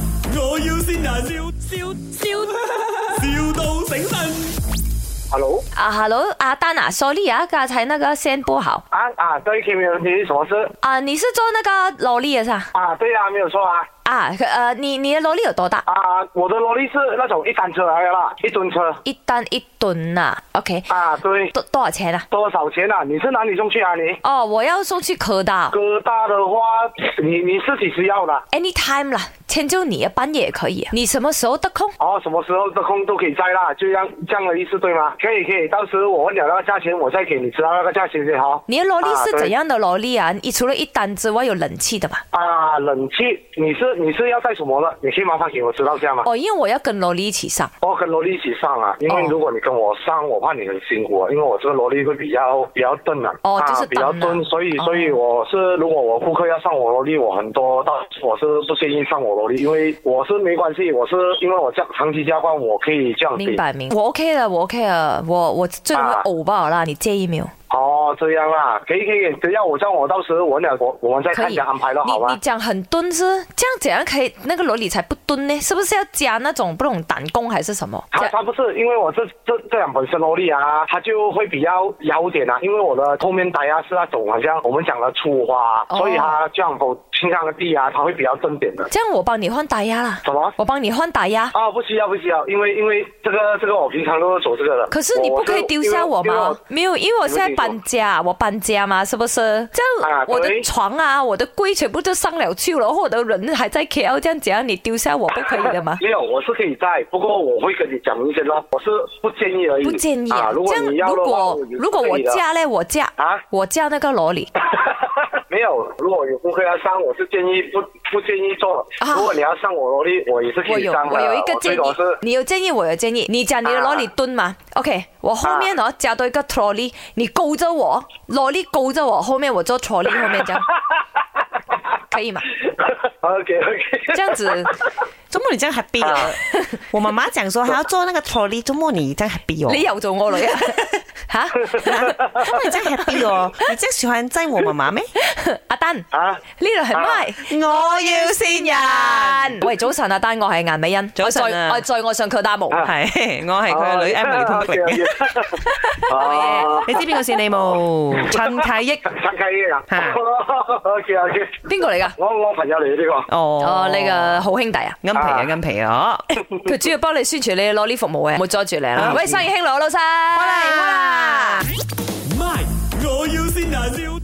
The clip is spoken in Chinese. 要先人，笑笑笑，,笑到醒神。 Hello，啊，Hello，阿丹啊，Sorry 啊，刚才那个线不好啊啊，对 Kim 有你是什么事啊，你是做那个萝莉的是吧？啊？对啊，没有错啊啊，可呃，你你的萝莉有多大？啊，我的萝莉是那种一单车来的啦，一吨车一单一吨呐、啊、，OK，啊，对，多多少钱啊？多少钱啊？你是哪里送去啊你？哦，我要送去科大哥大的话，你你是几时要的？ ，anytime 啦，迁就你啊，半夜也可以啊、你什么时候得空？哦，什么时候得空都可以摘啦，就这样这样的意思对吗？可以可以，到时我问了那个价钱，我再给你知道那个价钱先好。你的萝莉啊是对怎样的萝莉啊？你除了一单之外有冷气的吧？啊，冷气，你是你是要带什么的？你可以麻烦给我知道一下吗？哦，因为我要跟萝莉一起上。我跟萝莉一起上啊，因为哦如果你跟我上，我怕你很辛苦啊，因为我这个萝莉会比较比较钝啊，哦就是啊比较钝啊钝，所以哦所以我是如果我顾客要上我萝莉，我很多到我是不建议上我萝莉，因为我是没关系，我是因为我这样长期加冠，我可以这样明顶。白明白，我 OK 的，我 OK 的，我我最多会啊偶吧啦，你介意没有？哦，这样啊，可以可以，只要我这样，我到时候我俩我我们再可看一以下安排了，好你吗你？讲很蹲是，这样怎样可以那个萝莉才不蹲呢？是不是要加那种不懂胆功还是什么？他这他不是，因为我这这这两本身萝莉啊，他就会比较摇点啊，因为我的后面呆啊是那种好像我们讲的粗花、啊哦所以他这样否倾向的地啊，他会比较正点的。这样我帮你换打压啦，什么？我帮你换打压。啊，不需要不需要，因为因为这个这个我平常都是走这个的。可是你不可以丢下我因为因为 吗？没有，因为我现在搬家，我搬家嘛，是不是？这样啊我的对床啊，我的柜全部都上了去了，然后我的人还在 KL，这样怎样你丢下我不可以 ？的吗没有，我是可以在，不过我会跟你讲一些咯，我是不建议而已。不建议啊，如果这你样要如的话，果也是如果我可以的嫁嘞，我嫁啊我嫁那个萝莉。 没有，如果有顾客要上，我是建议不不建议做。啊如果你要上我萝莉，我也是可我以有上的。我有一个建我最议多是， 你有建议，我有建议。你讲你的啊萝莉蹲嘛、o k 我后面哦、加多一个 trolley，你勾着我，萝莉勾着我，后面我做 trolley，后 面这样可以吗？ OK OK 。这样子哦周末你这样 happy 了， 我妈妈讲说还要做那个 trolley，周末你这样 happy 哦，你又做我女 啊？吓，周末你这样 happy 哦， 你这样喜欢载我妈妈咩？阿丹呢啊，度系咪？我要先人，喂，早晨啊，丹，我係顏美欣，早晨啊我再我再我上佢單毛，啊系我系哎佢嘅女 Emily 潘碧玲。 哦，你知边个是你冇？陳啟益拆开一啊。 啊 OK OK，邊個嚟噶？我我朋友嚟呢個。哦哦，你嘅好兄弟啊，啱皮啊啱皮啊！佢主要幫你宣傳你攞呢服務嘅，冇阻住你啦啊。喂，生意興隆啊，老細，好好啦好啦。 My，我要先人，笑